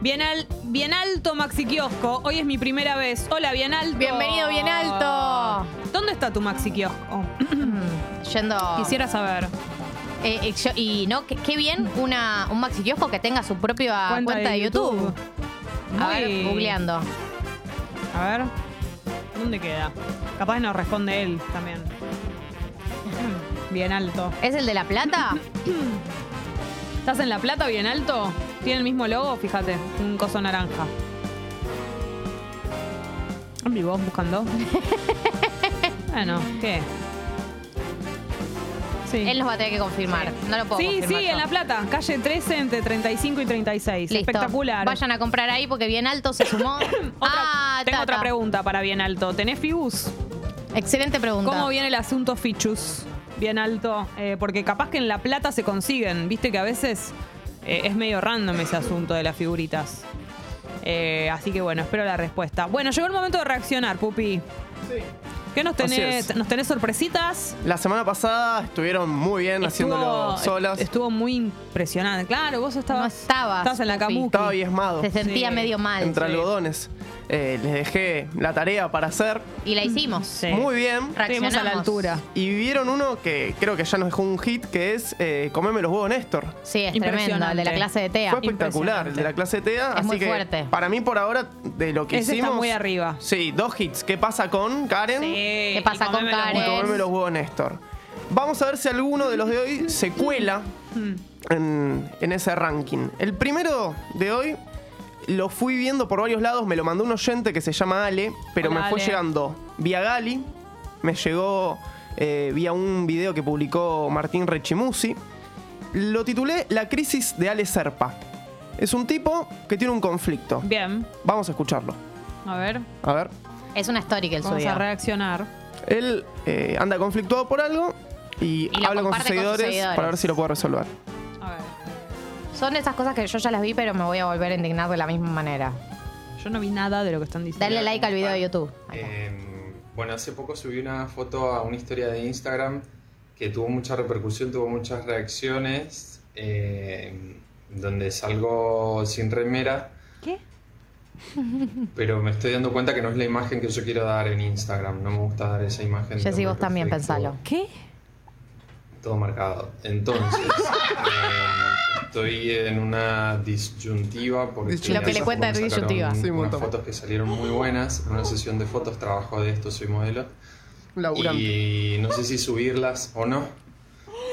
Bienal, bien alto Maxi Kiosco. Hoy es mi primera vez. Hola, bien alto. Bienvenido, bien alto. ¿Dónde está tu Maxi Kiosco? Yendo. Quisiera saber. Eh, eh, yo- y no, qué, qué bien una, un maxi kiosco que tenga su propia Ah, cuenta, de YouTube. A ver, Muy- googleando. A ver. ¿Dónde queda? Capaz nos responde él también. Bien alto. ¿Es el de La Plata? ¿Estás en La Plata bien alto? Tiene el mismo logo, fíjate, un coso naranja. En vivo, buscando. bueno, ¿qué? Sí. Él nos va a tener que confirmar. No lo puedo sí, sí, confirmar yo. en La Plata, calle 13 entre 35 y 36. Listo. Espectacular. Vayan a comprar ahí porque bien alto se sumó. Otra- ah, tengo Tata. otra pregunta para bien alto. ¿Tenés Fibus? Excelente pregunta. ¿Cómo viene el asunto fichus? Bien alto. eh, porque capaz que en La Plata se consiguen. Viste que a veces eh, es medio random ese asunto de las figuritas. Eh, así que bueno, espero la respuesta. Bueno, llegó el momento de reaccionar, Pupi. Sí. ¿Qué nos tenés? Así es. ¿Nos tenés sorpresitas? La semana pasada estuvieron muy bien haciéndolo solas. Estuvo muy impresionante. Claro, vos estabas. No estabas, estabas en la Pupi. camuca. Estaba diezmado. Se sentía Sí. medio mal. Entre sí. algodones. Eh, les dejé la tarea para hacer. Y la hicimos. Sí. Muy bien. Estuvimos a la Reaccionamos. altura. Y vieron uno que creo que ya nos dejó un hit, que es eh, Comeme los huevos Néstor. Sí, es tremendo. Impresionante. El de la clase de TEA. Fue espectacular, Impresionante. el de la clase TEA. Es así muy que fuerte. para mí por ahora, de lo que Ese está hicimos... muy arriba. Sí, dos hits. ¿Qué pasa con Karen? ¿Qué pasa con Y Karen? Comeme los huevos Néstor. Vamos a ver si alguno de los de hoy se cuela Mm. en, en ese ranking. El primero de hoy lo fui viendo por varios lados, me lo mandó un oyente que se llama Ale, pero Hola, me fue Ale. llegando vía Gali, me llegó eh, vía un video que publicó Martín Rechimusi. Lo titulé La crisis de Ale Serpa. Es un tipo que tiene un conflicto. Bien, Vamos a escucharlo. a ver. A ver. Es una story que él Vamos subió. a reaccionar. Él eh, anda conflictuado por algo y, Y lo habla comparte con sus, con sus seguidores seguidores. para ver si lo puede resolver. A ver. Son esas cosas que yo ya las vi, pero me voy a volver a indignar de la misma manera. Yo no vi nada de lo que están diciendo. Dale like al video de YouTube. Acá. Eh, bueno, hace poco subí una foto a una historia de Instagram que tuvo mucha repercusión, tuvo muchas reacciones, eh, donde salgo sin remera, ¿Qué? Mm. pero me estoy dando cuenta que no es la imagen que yo quiero dar en Instagram, no me gusta dar esa imagen. de Jessy, hombre vos también perfecto, pensalo. ¿Qué? Todo marcado. Entonces, eh, estoy en una disyuntiva porque... Lo que le cuenta de de disyuntiva. Sí, un unas montón. fotos que salieron muy buenas, una sesión de fotos, trabajo de esto, soy modelo. Laburante. Y no sé si subirlas o no.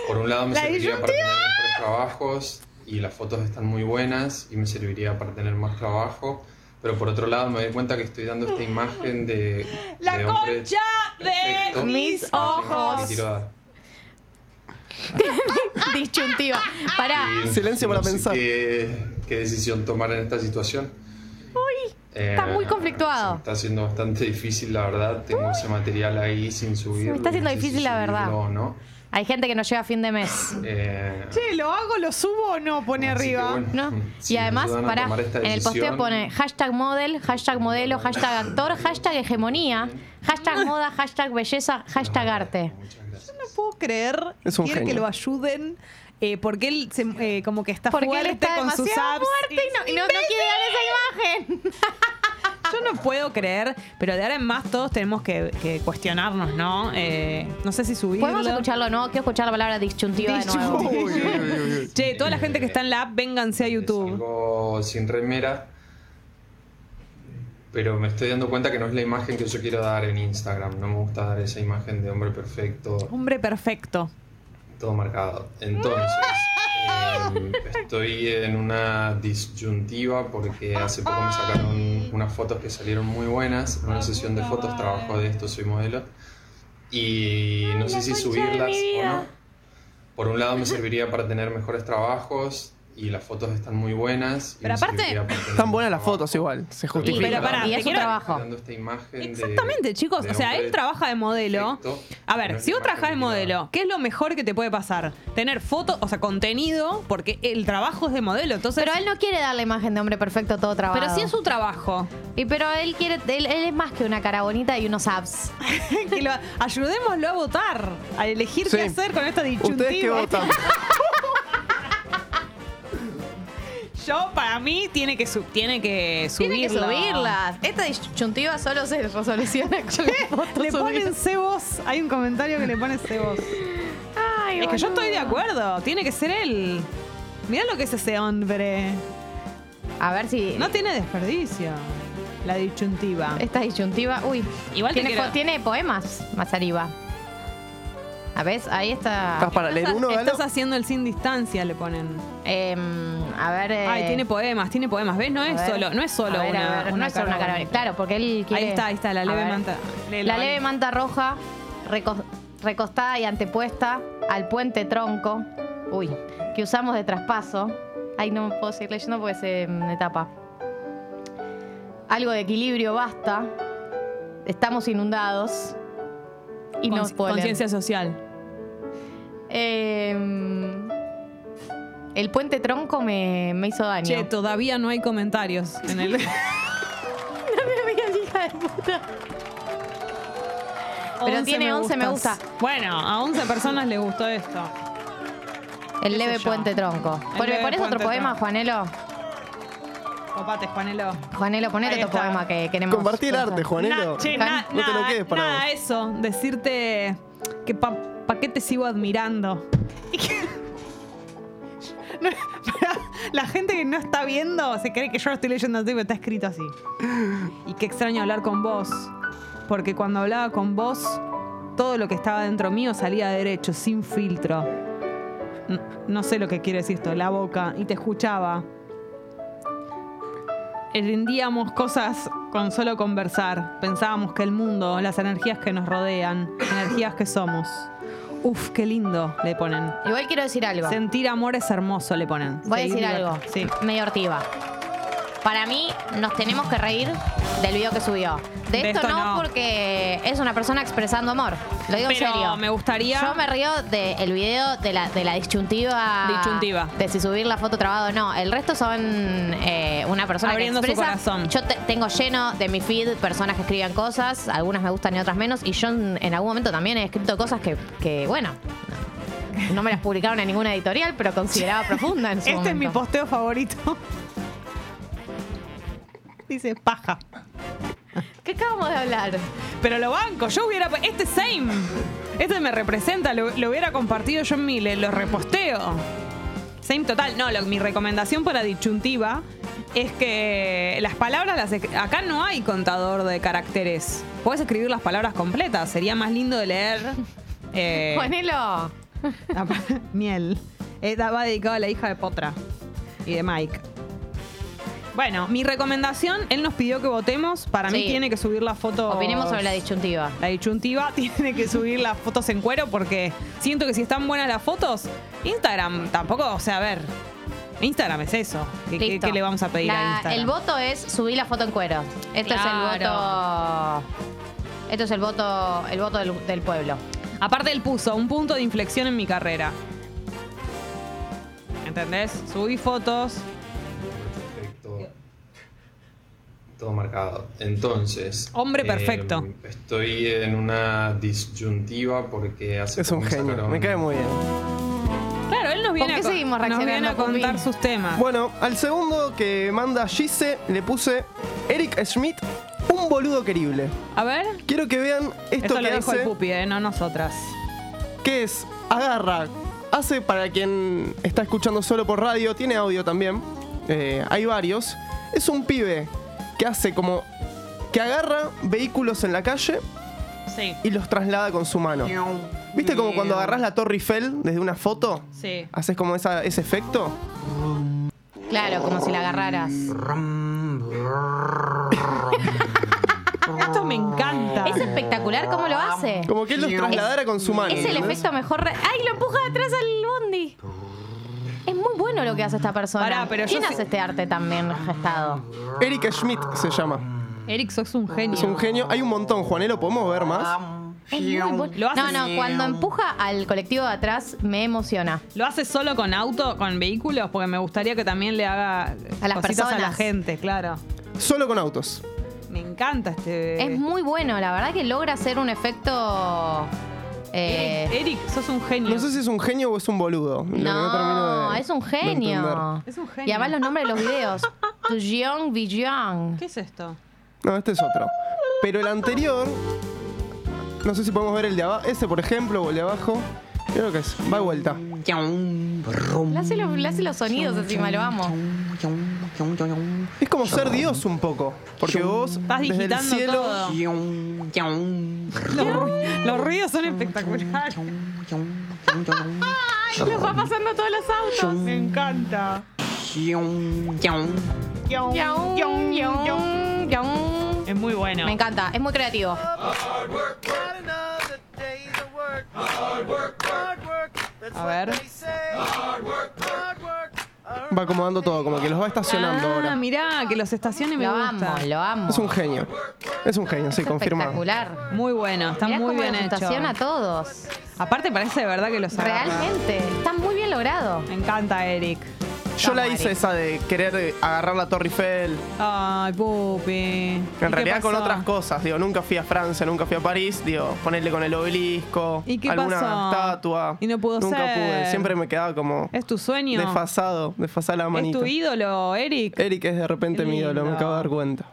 Por un lado me La serviría para tener mejores trabajos y las fotos están muy buenas y me serviría para tener más trabajo. Pero por otro lado me doy cuenta que estoy dando esta imagen de... La de hombre concha de perfecto. mis No sé cómo ojos. te quiero dar. Disyuntiva. Pará. Y Silencio no para sé pensar. Qué, qué decisión tomar en esta situación. Eh, está muy conflictuado. se me Está siendo bastante difícil, la verdad. Tengo ese material ahí sin subir. está haciendo difícil, la verdad. ¿no? Hay gente que no llega a fin de mes. Eh, Che, ¿lo hago, lo subo o no? Pone Así que, arriba. bueno, ¿no? si y me además, ayudan a pará, tomar esta en el posteo decisión, pone hashtag model, hashtag modelo, hashtag actor, hashtag hegemonía, hashtag moda, hashtag belleza, hashtag arte. muchas gracias. No puedo creer. Es un Quiere que genio. lo ayuden. eh, porque él se- eh, como que está Porque él fuerte está con sus demasiado apps. fuerte y no, y no- no quiere dar esa imagen. Yo no puedo creer, pero de ahora en más todos tenemos que, que cuestionarnos, ¿no? Eh, no sé si subirlo. ¿Podemos escucharlo no? Quiero escuchar la palabra disyuntiva de nuevo. Uy, uy, uy, uy. Che, toda la gente que está en la app, vénganse a YouTube. Salgo sin remera. Pero me estoy dando cuenta que no es la imagen que yo quiero dar en Instagram. No me gusta dar esa imagen de hombre perfecto, Hombre perfecto. todo marcado. Entonces, eh, estoy en una disyuntiva porque hace poco me sacaron unas fotos que salieron muy buenas. Una sesión de fotos, trabajo de esto, soy modelo. Y no sé si subirlas o no. Por un lado me serviría para tener mejores trabajos y las fotos están muy buenas. y Pero me aparte- serviría para tener Están buenas las trabajo. fotos igual, se justifica. Pero pará, y es te un quiero- trabajo. Dando esta imagen de- Exactamente, chicos. de O sea, hombre él trabaja de modelo. perfecto, A que no ver, es si la vos imagen trabajás de que quiero dar. modelo, ¿qué es lo mejor que te puede pasar? Tener fotos, o sea, contenido, porque el trabajo es de modelo. Entonces, Ah. Pero él no quiere dar la imagen de hombre perfecto todo trabajo. pero sí es su trabajo. Y pero él quiere, él, él es más que una cara bonita y unos abs. Que lo- ayudémoslo a votar, a elegir Sí. qué hacer con esta disyuntiva. ¿Ustedes qué votan? Yo, para mí, tiene que, su- tiene que subirla. Tiene que subirlas. Esta disyuntiva solo se resoluciona con la foto Le subida. ponen cebos. Hay un comentario que le pone cebos. Ay, Es que yo boludo. estoy de acuerdo. Tiene que ser él. Mirá lo que es ese hombre. A ver si. No tiene desperdicio. La disyuntiva. Esta disyuntiva. Uy. Igual te tiene, quiero- po- tiene poemas más arriba. A ver, ahí está. ¿Estás para leer uno, Galo? Estás haciendo el sin distancia, le ponen. Em, a ver. eh, Ay, tiene poemas, tiene poemas. ¿Ves, no a es ver. solo, no es solo A ver, una, a ver, una no es solo una cara cara bonita. Claro, porque él quiere. Ahí está, ahí está, la A leve ver. manta. Léelo, La Vale. leve manta roja, reco- recostada y antepuesta al puente tronco, uy, que usamos de traspaso. Ay, no me puedo seguir leyendo porque se me tapa. Algo de equilibrio basta. Estamos inundados. Y no Cons- puedo leer. Conciencia social. Em, el puente tronco me, me hizo daño. Che, todavía no hay comentarios en el. hija de puta. Pero 11 tiene 11 me gustas. Bueno, a 11 personas le gustó esto. El sé leve yo. puente tronco. El Por- ¿Me leve pones otro puente poema, tronco. Juanelo? Copate, Juanelo. Juanelo, Ahí ponete tu está. poema que queremos. Compartir arte, Juanelo. Na- che, Can- na- no te lo nada, quedes para nada vos. eso. Decirte que pa, pa' qué te sigo admirando. Y que- No, pará, La gente que no está viendo se cree que yo lo estoy leyendo así, pero está escrito así. Y qué extraño hablar con vos. Porque cuando hablaba con vos, todo lo que estaba dentro mío salía derecho, sin filtro. No, no sé lo que quiere decir esto, la boca. Y te escuchaba. eh, Rendíamos cosas con solo conversar. Pensábamos que el mundo, las energías que nos rodean, energías que somos. Uf, qué lindo, le ponen. Igual quiero decir algo. Sentir amor es hermoso, le ponen. Voy a Seguir decir divert- algo. Sí. Medio hortiva. Para mí, nos tenemos que reír del video que subió. De De esto, esto no, no. porque es una persona expresando amor. Lo digo Pero en serio. me gustaría- Yo me río del video de la, de la disyuntiva. Disyuntiva. De si subir la foto trabada o no. El resto son eh, una persona Abriendo su que expresa. corazón. Yo te- tengo lleno de mi feed personas que escriben cosas. Algunas me gustan y otras menos. Y yo en, en algún momento también he escrito cosas que, que bueno. No me las publicaron en ninguna editorial, pero consideraba profunda en su Este es mi momento. posteo favorito. Dice paja. ¿Qué acabamos de hablar? Pero lo banco, yo hubiera. Este same. Este me representa, lo, lo hubiera compartido yo en mi. le- lo reposteo. Same total. No, lo- mi recomendación para disyuntiva es que las palabras las. esc- Acá no hay contador de caracteres. Puedes escribir las palabras completas. Sería más lindo de leer. eh, Ponelo. apa- miel. Esta va dedicada a la hija de Potra y de Mike. Bueno, mi recomendación, él nos pidió que votemos. Para mí Sí. tiene que subir la foto. Opinemos sobre la disyuntiva. La disyuntiva tiene que subir las fotos en cuero porque siento que si están buenas las fotos, Instagram tampoco, o sea, a ver, Instagram es eso. ¿Qué, qué- Listo. qué le vamos a pedir a La- Instagram? El voto es subir la foto en cuero. Esto es el Claro. voto. Esto es el voto, el voto del, del pueblo. Aparte él puso un punto de inflexión en mi carrera. ¿Entendés? Subí fotos. Perfecto. Todo marcado. Entonces. eh, Hombre perfecto. estoy en una disyuntiva porque hace Es un poco me genio, sacaron- me cae muy bien. Claro, él nos viene, qué a, co- seguimos nos reaccionando, viene a contar Pupi? sus temas. Bueno, al segundo que manda Gise le puse Eric Schmidt, un boludo querible. A ver, Quiero que vean esto, esto, que lo dijo hace, el pupi, eh, no nosotras. que es agarra, hace para quien está escuchando solo por radio, tiene audio también, eh, hay varios. Es un pibe que hace como que agarra vehículos en la calle Sí, y los traslada con su mano. ¿Viste como cuando agarras la Torre Eiffel desde una foto? sí. ¿Haces como esa- ese efecto? Claro, como si la agarraras. Ah, Esto me encanta. Es espectacular cómo lo hace. Como que él los trasladara con su mano. Es el ¿entendés? efecto mejor. re- ¡Ay, lo empuja atrás al bondi! Es muy bueno lo que hace esta persona. Pará, pero yo ¿Quién sí- hace este arte también gestado? Eric Schmidt se llama. Eric, sos un genio. Es un genio. Hay un montón, Juanelo, ¿podemos ver más? Es muy bueno. Lo hace- No, no, cuando empuja al colectivo de atrás me emociona. ¿Lo hace solo con auto, con vehículos? Porque me gustaría que también le haga A las cositas a la personas. gente, claro. Solo con autos. Me encanta este. Es muy bueno, la verdad que logra hacer un efecto Eh, Eric, sos un genio. No sé si es un genio o es un boludo. Lo que no, termino de- es un de entender. genio. Es un genio. Y además los nombres de los videos. Tujong Vijong. ¿Qué es esto? No, este es otro. Pero el anterior. No sé si podemos ver el de abajo. Ese, por ejemplo, o el de abajo. Creo que es. Va y vuelta. Le hace los, le hace los sonidos encima, lo amo. Es como ser Dios un poco. Porque vos, Estás desde el digitando cielo. todo. Los, ru- los ruidos son espectaculares. Los va pasando todos los autos. Me encanta. Yaun, yaun, yaun. Es muy bueno. Me encanta, es muy creativo. A ver. Va acomodando todo, como que los va estacionando Ah, ahora. mirá, que los estaciones me Lo gusta. amo, lo amo. Es un genio. Es un genio, sí, Es confirmado. Espectacular. Muy bueno, está Mirá muy cómo bien nos hecho. estaciona a todos. Aparte parece de verdad que los agarra. Realmente, está muy bien logrado. Me encanta Eric. Yo la Tamari. hice esa de querer eh, agarrar la Torre Eiffel. Ay, Pupi. En realidad con otras cosas, digo, nunca fui a Francia, nunca fui a París, digo, ponerle con el obelisco, ¿Y qué alguna pasó? estatua. Y no pudo nunca ser. pude, siempre me quedaba como Es tu sueño. desfasado, desfasada la Es manita. tu ídolo, Eric. Eric es de repente Qué mi ídolo, me lindo. acabo de dar cuenta.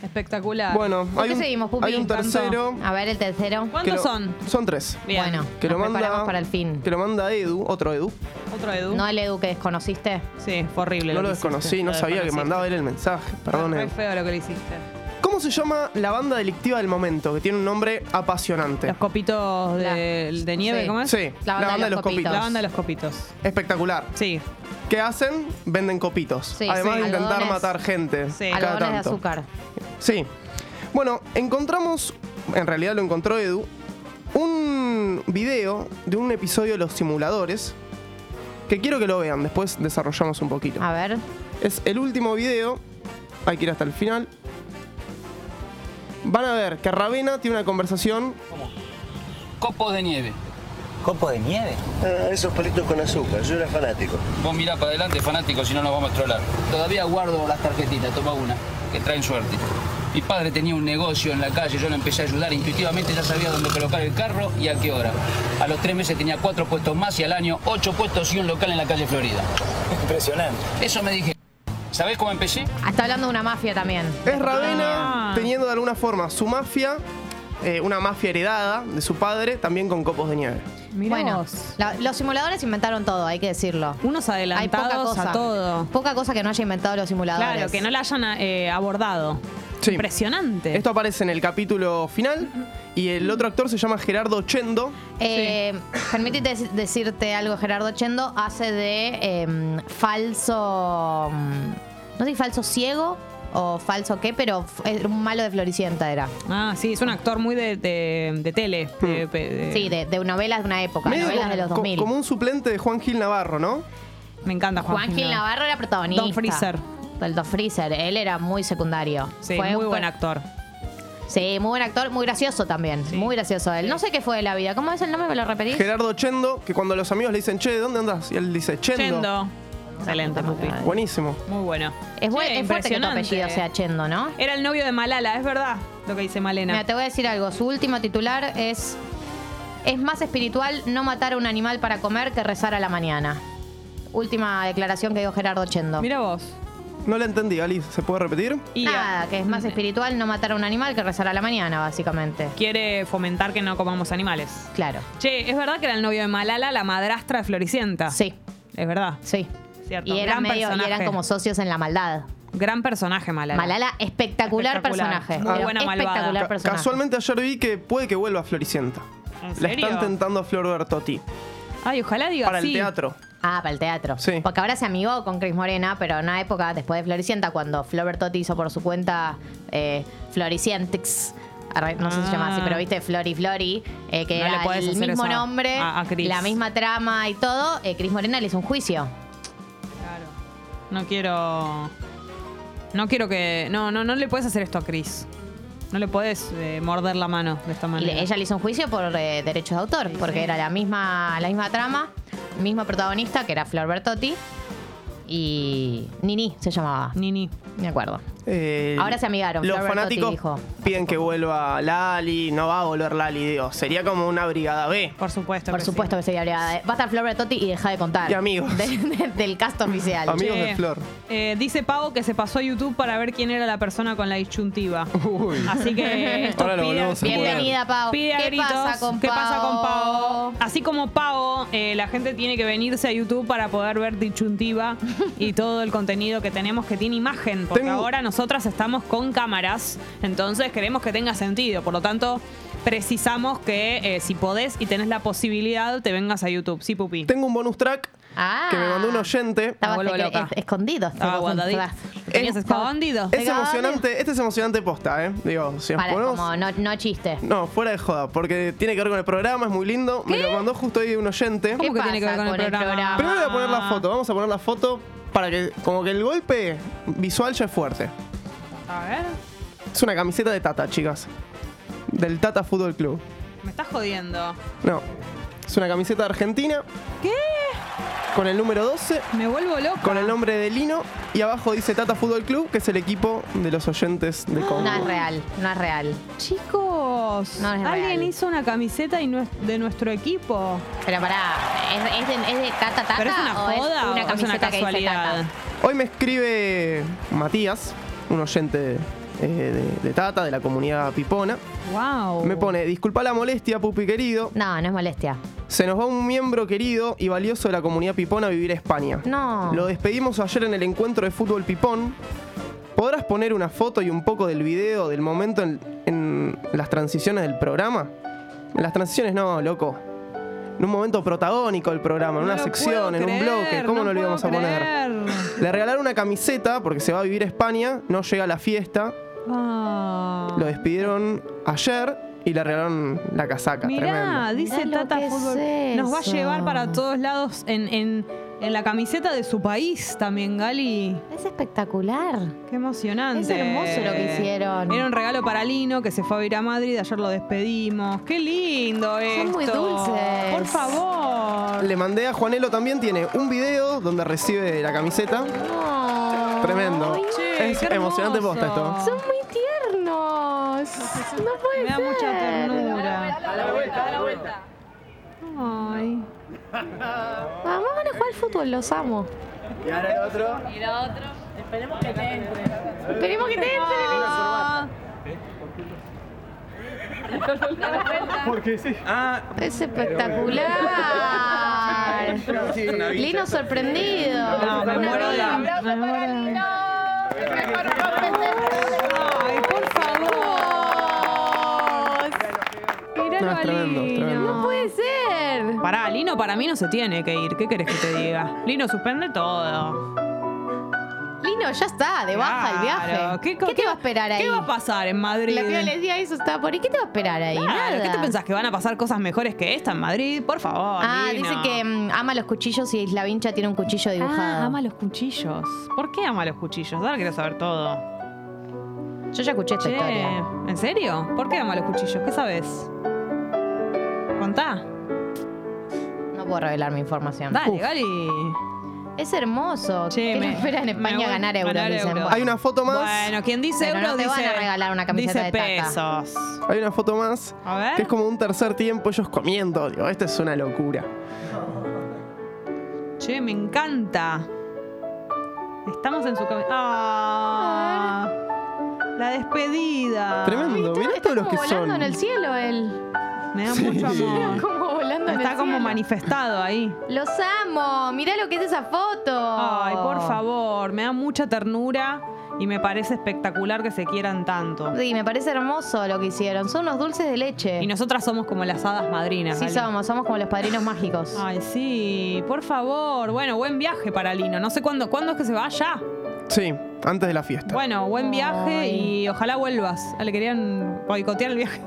Espectacular. Bueno, ¿Con hay qué un, seguimos, Pupi? hay un Tanto. tercero. A ver, el tercero. que ¿Cuántos lo- son? Son tres. Bien. Bueno, Que lo nos preparamos manda, para el fin. Que lo manda Edu, otro Edu. Otro Edu. No el Edu que desconociste. Sí, fue horrible. No lo que desconocí, hiciste. no Lo sabía que desconociste. Ah, mandaba él el mensaje. Perdón, Fue Edu. feo lo que le hiciste. ¿Cómo se llama la banda delictiva del momento? Que tiene un nombre apasionante. Los copitos de, La- de nieve, sí. ¿cómo es? Sí, la banda, de los copitos. La banda de los copitos. Espectacular. Sí, ¿Qué hacen? Venden copitos. Sí, Además sí. de intentar Algodones. matar gente. Sí. cada Algodones de tanto. azúcar. Sí. Bueno, encontramos, en realidad lo encontró Edu, un video de un episodio de los simuladores que quiero que lo vean, después desarrollamos un poquito. A ver. Es el último video, hay que ir hasta el final. Van a ver que Ravena tiene una conversación Copos de nieve. Copo de nieve. Ah, esos palitos con azúcar, yo era fanático. Vos mirá para adelante, fanático, si no nos vamos a trolar. Todavía guardo las tarjetitas, toma una, que traen suerte. Mi padre tenía un negocio en la calle, yo lo empecé a ayudar, intuitivamente ya sabía dónde colocar el carro y a qué hora. A los tres meses tenía cuatro puestos más y al año ocho puestos y un local en la calle Florida. Impresionante. Eso me dije. ¿Sabés cómo empecé? Ah, Está hablando de una mafia también. Es Ravena Ah. teniendo de alguna forma su mafia, eh, una mafia heredada de su padre, también con copos de nieve. mira bueno, vos. la- los simuladores inventaron todo, hay que decirlo. Unos Hay poca adelantados cosa. a todo. Poca cosa que no haya inventado los simuladores. Claro, que no la hayan eh, abordado. Sí. Impresionante. Esto aparece en el capítulo final y el otro actor se llama Gerardo Chendo. Eh, Permítete dec- decirte algo, Gerardo Chendo hace de em, falso. mm, No sé si falso ciego o falso qué, pero f- era un malo de Floricienta era. Ah, sí, es un actor muy de, de- de tele. de- Hmm. pe- de- Sí, de, de novelas de una época, Medio novelas como, de los co- 2000. como un suplente de Juan Gil Navarro, ¿no? Me encanta Juan, Juan Gil Navarro era protagonista. Don Freezer. El Don Freezer, él era muy secundario. Sí, Fue- muy fue- buen actor. Sí, muy buen actor, muy gracioso también. Muy gracioso él. No sé qué fue de la vida. ¿Cómo es el nombre? ¿Me lo repetís? Gerardo Chendo, que cuando los amigos le dicen, che, ¿dónde andas? Y él dice, Chendo. Chendo. Excelente, Pupi. Buenísimo. Muy bueno. es, buen- Che, es fuerte que tu impresionante. apellido sea Chendo, ¿no? Era el novio de Malala, es verdad lo que dice Malena. Mira, te voy a decir algo. Su último titular es. Es más espiritual no matar a un animal para comer que rezar a la mañana. Última declaración que dio Gerardo Chendo. Mira vos. No la entendí, Ali. ¿Se puede repetir? Y Nada, que es más espiritual no matar a un animal que rezar a la mañana, básicamente. quiere fomentar que no comamos animales. Claro. Che, es verdad que era el novio de Malala, la madrastra de Floricienta. Sí, Es verdad. sí. Ah. Cierto. Y Gran eran, medio, y eran personaje. como socios en la maldad. Gran personaje, Malala. Malala, espectacular, Espectacular. personaje. Muy Pero buena malvada. espectacular Ca- personaje. Casualmente ayer vi que puede que vuelva a Floricienta. ¿En La serio? están tentando a Flor Bertotti Ay, ojalá diga para sí. el teatro. Ah, para el teatro. Sí. Porque ahora se amigó con Cris Morena, pero en una época después de Floricienta, cuando Flor Bertotti hizo por su cuenta eh, Floricientix. arre- No sé si se llama así, Ah. pero viste Flori Flori, eh, que No era le podés el hacer mismo eso a- nombre, a- a Cris. la misma trama y todo. eh, Cris Morena le hizo un juicio. Claro. No quiero. No quiero que. No, no, no le puedes hacer esto a Chris. No le podés eh, morder la mano de esta Y manera. le- ella le hizo un juicio por eh, derechos de autor, porque era la misma, la misma trama, mismo protagonista, que era Flor Bertotti. y Nini se llamaba. Nini. Me acuerdo. Eh, Ahora se amigaron, Los Flor Bertotti fanáticos dijo. piden que vuelva Lali. No va a volver Lali, digo. Sería como una brigada B. Por supuesto. Por que supuesto que sería brigada. de- Va a estar Flor Bertotti y deja de contar. Y amigos. De- de- del cast oficial. Amigos Sí. de Flor. Eh, dice Pavo que se pasó a YouTube para ver quién era la persona con la disyuntiva. Uy. Así que esto Ahora lo pide- volvemos a pide- Bienvenida, Pau. Pide a ¿Qué gritos, pasa con ¿Qué pasa con Pau? Pau? Así como Pavo, eh, la gente tiene que venirse a YouTube para poder ver disyuntiva y todo el contenido que tenemos que tiene imagen. Porque Tengo- ahora nosotras estamos con cámaras, entonces queremos que tenga sentido. Por lo tanto, precisamos que eh, si podés y tenés la posibilidad, te vengas a YouTube. Sí, Pupi. Tengo un bonus track Ah. que me mandó un oyente. Estaba Me vuelvo secre- loca. es- escondido. Estaba estabas- guardadito. estabas- Lo tenías Es- escondido. Es Pegale. emocionante, este es emocionante posta, ¿eh? Digo, si nos Para, ponemos- como no, no chiste. No, fuera de joda, porque tiene que ver con el programa, es muy lindo. Me lo mandó justo ahí un oyente. ¿Cómo ¿Qué que tiene que ver pasa con el con el programa? programa? Primero voy a poner la foto, vamos a poner la foto para que, como que el golpe visual ya es fuerte. A ver, Es una camiseta de Tata, chicas. Del Tata Fútbol Club. me estás jodiendo. No, es una camiseta argentina. ¿Qué? Con el número 12, Me vuelvo loco. con el nombre de Lino. Y abajo dice Tata Fútbol Club, que es el equipo de los oyentes de Congo. No es real, no es real. Chicos, No es alguien real. hizo una camiseta y no es de nuestro equipo. Pero pará, ¿es, es de, es de Tata Tata Pero es una o joda es o una camiseta es una casualidad. que dice Hoy me escribe Matías, un oyente eh, de, de Tata, de la comunidad pipona. wow. Me pone, disculpa la molestia, pupi querido. Tata? No, no es molestia. Se nos va un miembro querido y valioso de la comunidad pipona a vivir a España. No. Lo despedimos ayer en el encuentro de fútbol pipón. ¿Podrás poner una foto y un poco del video del momento en, en las transiciones del programa? En las transiciones no, loco. En un momento protagónico del programa, en una No lo sección, puedo en un creer, bloque. ¿Cómo no, lo puedo íbamos a poner? creer. Le regalaron una camiseta porque se va a vivir a España, no llega a la fiesta. Ah. Lo despidieron ayer y le regalaron la casaca. Mirá, Tremendo. dice Mirá lo Tata que es Fútbol. Nos va a eso. llevar para todos lados en, en- en la camiseta de su país también, Gali. Es espectacular. Qué emocionante. Es hermoso lo que hicieron. Era un regalo para Lino que se fue a ir a Madrid. Ayer lo despedimos. Qué lindo esto. muy dulces. Por favor. Le mandé a Juanelo también, tiene un video donde recibe la camiseta. No. Tremendo. Che, es qué emocionante hermoso. posta esto. Son muy tiernos. No puede Me da ser. mucha ternura. A la vuelta, a la vuelta. Ay. Mamá van a jugar al fútbol, los amo. Y ahora el otro. Y el otro. Esperemos que te entre. Esperemos que te entre. Es espectacular. Lino sorprendido. No, me muero de hambre. Me muero de hambre. Ay, por favor. Míralo No, es a tremendo, es tremendo. Lino. Puede ser. Pará, Lino para mí no se tiene que ir. ¿Qué querés que te diga? Lino suspende todo. Lino, ya está, de baja el viaje. Claro. ¿Qué, te va a esperar ahí? ¿Qué va a pasar en Madrid? La piba le decía eso, estaba por ahí. ¿Qué te va a esperar ahí? Claro, Nada. ¿Qué te pensás? ¿Que van a pasar cosas mejores que esta en Madrid? Por favor. Ah, Lino. dice que mm, ama los cuchillos y Isla Vincha tiene un cuchillo dibujado. Ah, ama los cuchillos. ¿Por qué ama los cuchillos? Ahora quiero saber todo. Yo ya escuché esta Che, historia. ¿en serio? ¿Por qué ama los cuchillos? ¿Qué sabes? Contá. No puedo revelar mi información. Dale, Uf. Gali. Es hermoso. Che, ¿Qué lo me- espera en me España voy- ganar euros? ganar dicen. euros. Hay una foto más. Bueno, quien dice Pero no euros te van dice. a regalar una camiseta dice de Tata. pesos. Hay una foto más. A ver. Que es como un tercer tiempo ellos comiendo. Digo, esta es una locura. Che, me encanta. Estamos en su cami- Ah, la despedida. Tremendo. Mirá Está todos los como que volando en son. el cielo él. Me da mucho amor. Como volando en el Está como cielo. manifestado ahí. Los amo. Mirá lo que es esa foto. Ay, Oh. por favor, me da mucha ternura y me parece espectacular que se quieran tanto. Sí, me parece hermoso lo que hicieron. Son unos dulces de leche. Y nosotras somos como las hadas madrinas. sí Gali. somos, somos como los padrinos mágicos. Ay, sí, por favor. Bueno, buen viaje para Lino. No sé cuándo, cuándo es que se vaya. Sí, antes de la fiesta. Bueno, buen viaje Ay. y ojalá vuelvas. Ah, Le querían boicotear el viaje.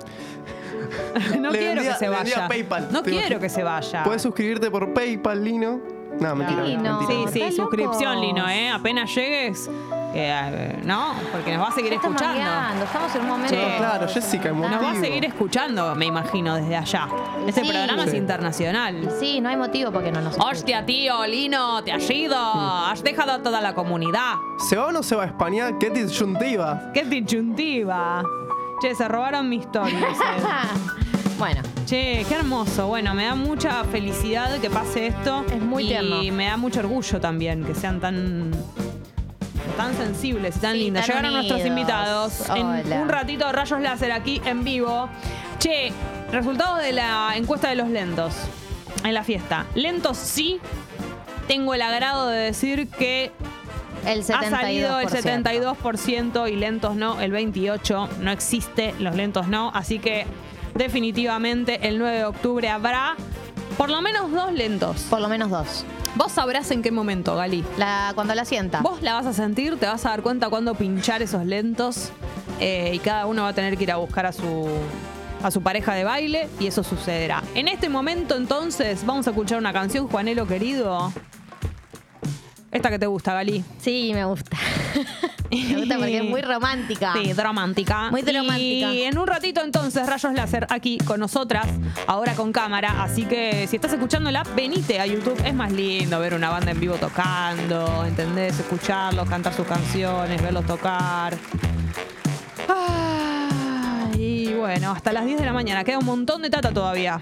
no Le quiero vendía- que se le vendía vaya. PayPal, no te quiero imagino. que se vaya. Puedes suscribirte por PayPal, Lino. No, mentira. Claro. Lino. mentira, Sí, mentira. sí, Están suscripción, locos. Lino, ¿eh? Apenas llegues, eh, ¿no? Porque nos va a seguir Ya estamos escuchando. guiando, estamos en un momento. Che. Claro, Jessica, es Nos va a Motivo. seguir escuchando, me imagino, desde allá. Este Sí. programa es Sí. internacional. Sí, no hay motivo porque no nos. escuchen. Hostia, tío, Lino, te has ido. Has dejado a toda la comunidad. ¿Se va o no se va a España? ¡Qué disyuntiva! ¡Qué disyuntiva! Che, se robaron eh. mi historia. dice. bueno, che, qué hermoso. Bueno, me da mucha felicidad que pase esto. Es muy y tierno. me da mucho orgullo también que sean tan tan sensibles, tan Sí, lindas. tan Llegaron nuestros unidos. invitados en Hola. un ratito rayos láser aquí en vivo. Che, resultados de la encuesta de los lentos en la fiesta. Lentos sí. Tengo el agrado de decir que el 72%. ha salido el 72% y lentos no, el 28%. No existe, los lentos no. Así que definitivamente el 9 de octubre habrá por lo menos dos lentos. Por lo menos dos. Vos sabrás en qué momento, Gali. La, cuando la sienta. Vos la vas a sentir, te vas a dar cuenta cuándo pinchar esos lentos eh, y cada uno va a tener que ir a buscar a su, a su pareja de baile y eso sucederá. En este momento entonces vamos a escuchar una canción, Juanelo querido. Esta que te gusta, Gali. Sí, me gusta. me gusta porque es muy romántica. Sí, dramática. Muy dramática. Y en un ratito entonces, Rayos Láser aquí con nosotras, ahora con cámara. Así que si estás escuchándola, venite a YouTube. Es más lindo ver una banda en vivo tocando, ¿entendés? Escucharlos, cantar sus canciones, verlos tocar. Ah, y bueno, hasta las 10 de la mañana. Queda un montón de tata todavía.